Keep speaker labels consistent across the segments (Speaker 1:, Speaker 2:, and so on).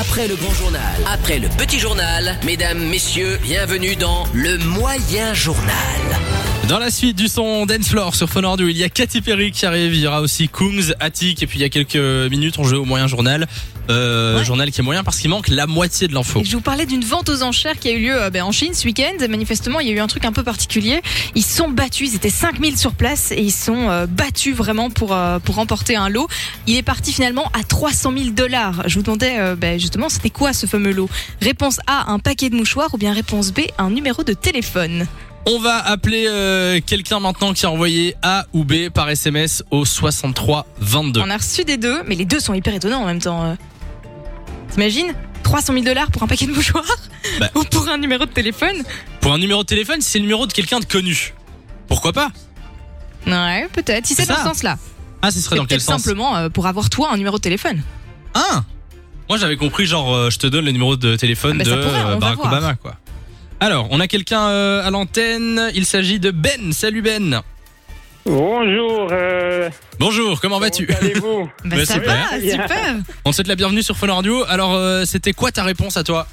Speaker 1: Après le grand journal, après le petit journal, mesdames, messieurs, bienvenue dans le moyen journal.
Speaker 2: Dans la suite du son Dance Floor sur Fun Radio, il y a Katy Perry qui arrive, il y aura aussi Kungs, Attic, et puis il y a quelques minutes, on joue au moyen journal. Euh,
Speaker 3: Ouais.
Speaker 2: Journal qui est moyen parce qu'il manque la moitié de l'info.
Speaker 3: Et Je vous parlais d'une vente aux enchères qui a eu lieu euh, ben, en Chine ce week-end. Manifestement, il y a eu un truc un peu particulier. Ils se sont battus, ils étaient 5000 sur place et ils se sont euh, battus vraiment pour, euh, pour remporter un lot. Il est parti finalement à 300 000 dollars. Je vous demandais euh, ben, justement, c'était quoi ce fameux lot Réponse A, un paquet de mouchoirs ou bien réponse B, un numéro de téléphone
Speaker 2: On va appeler euh, quelqu'un maintenant qui a envoyé A ou B par SMS au 63 22.
Speaker 3: On a reçu des deux, mais les deux sont hyper étonnants en même temps. euh. T'imagines 300 000 dollars pour un paquet de mouchoirs
Speaker 2: Bah.
Speaker 3: ou pour un numéro de téléphone
Speaker 2: Pour un numéro de téléphone, c'est le numéro de quelqu'un de connu. Pourquoi pas
Speaker 3: Ouais, peut-être. Si c'est
Speaker 2: C'est
Speaker 3: dans ce
Speaker 2: ça.
Speaker 3: sens-là.
Speaker 2: Ah, ce serait
Speaker 3: C'est
Speaker 2: dans quel
Speaker 3: peut-être
Speaker 2: sens
Speaker 3: simplement euh, pour avoir toi un numéro de téléphone.
Speaker 2: Hein Moi j'avais compris genre euh, je te donne le numéro de téléphone
Speaker 3: Ah bah,
Speaker 2: de
Speaker 3: ça pourrait, on
Speaker 2: euh,
Speaker 3: va
Speaker 2: Barack
Speaker 3: voir.
Speaker 2: Obama quoi. Alors, on a quelqu'un euh, à l'antenne, il s'agit de Ben. Salut Ben.
Speaker 4: Bonjour. Euh,
Speaker 2: Bonjour, comment vas-tu
Speaker 4: comment allez-vous
Speaker 3: Bah,
Speaker 2: Bah,
Speaker 3: ça
Speaker 2: super.
Speaker 3: va, super.
Speaker 2: On te souhaite la bienvenue sur Fun Radio. Alors, euh, c'était quoi ta réponse à toi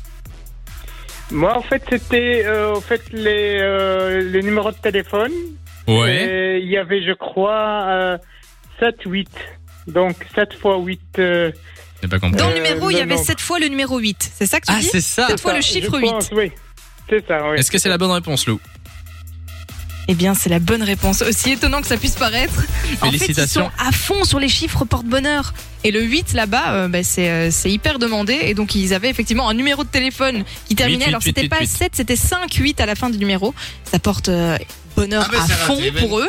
Speaker 4: Moi, en fait, c'était euh, en fait les, euh, les numéros de téléphone. Et Il y avait, je crois, euh, 7, 8. Donc 7 fois 8. euh,
Speaker 2: J'ai pas compris.
Speaker 3: Dans le
Speaker 4: Euh,
Speaker 3: numéro, il y
Speaker 4: le
Speaker 3: avait
Speaker 4: nombre.
Speaker 3: cette fois le numéro 8. C'est ça que tu
Speaker 2: Ah,
Speaker 3: dis
Speaker 2: c'est ça
Speaker 3: Cette fois,
Speaker 4: ça,
Speaker 3: le
Speaker 4: je
Speaker 3: chiffre
Speaker 4: pense, Oui, c'est ça, oui.
Speaker 2: Est-ce que c'est la bonne réponse, Lou
Speaker 3: Eh bien, c'est la bonne réponse. Aussi étonnant que ça puisse paraître. En fait, ils
Speaker 2: Félicitations.
Speaker 3: sont à fond sur les chiffres porte-bonheur. Et le 8 là-bas, euh, bah, c'est euh, c'est hyper demandé. Et donc, ils avaient effectivement un numéro de téléphone qui terminait.
Speaker 2: huit,
Speaker 3: alors,
Speaker 2: huit,
Speaker 3: c'était
Speaker 2: huit,
Speaker 3: pas
Speaker 2: huit.
Speaker 3: 7, c'était 5, 8 à la fin du numéro. Ça porte euh, bonheur
Speaker 2: Ah bah,
Speaker 3: à
Speaker 2: c'est
Speaker 3: fond
Speaker 2: raté, Ben.
Speaker 3: pour eux.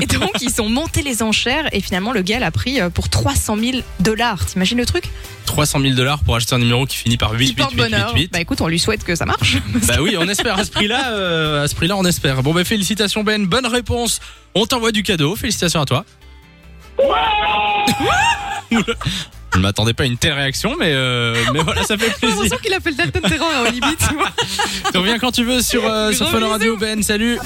Speaker 3: et donc, ils sont montés les enchères. Et finalement, le gars l'a pris euh, pour 300 000 dollars. T'imagines le truc
Speaker 2: 300 000 dollars pour acheter un numéro qui finit par 8,
Speaker 3: Qui porte bonheur. Bah écoute, on lui souhaite que ça marche.
Speaker 2: Bah oui, on espère. À ce prix-là, euh, à ce prix-là, on espère. Bon, bah félicitations, Ben. Bonne réponse. On t'envoie du cadeau. Félicitations à toi. Je ne m'attendais pas à une telle réaction, mais, euh, mais voilà, ça fait
Speaker 3: J'ai
Speaker 2: plaisir.
Speaker 3: l'impression qu'il appelle Dalton Terror à Hollywood, tu vois.
Speaker 2: Tu reviens quand tu veux sur, euh, sur
Speaker 3: Gros
Speaker 2: Fun
Speaker 3: bisous.
Speaker 2: Radio, Ben. Salut.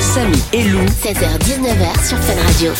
Speaker 1: Samy et Lou
Speaker 5: 16h-19h sur Fun Radio.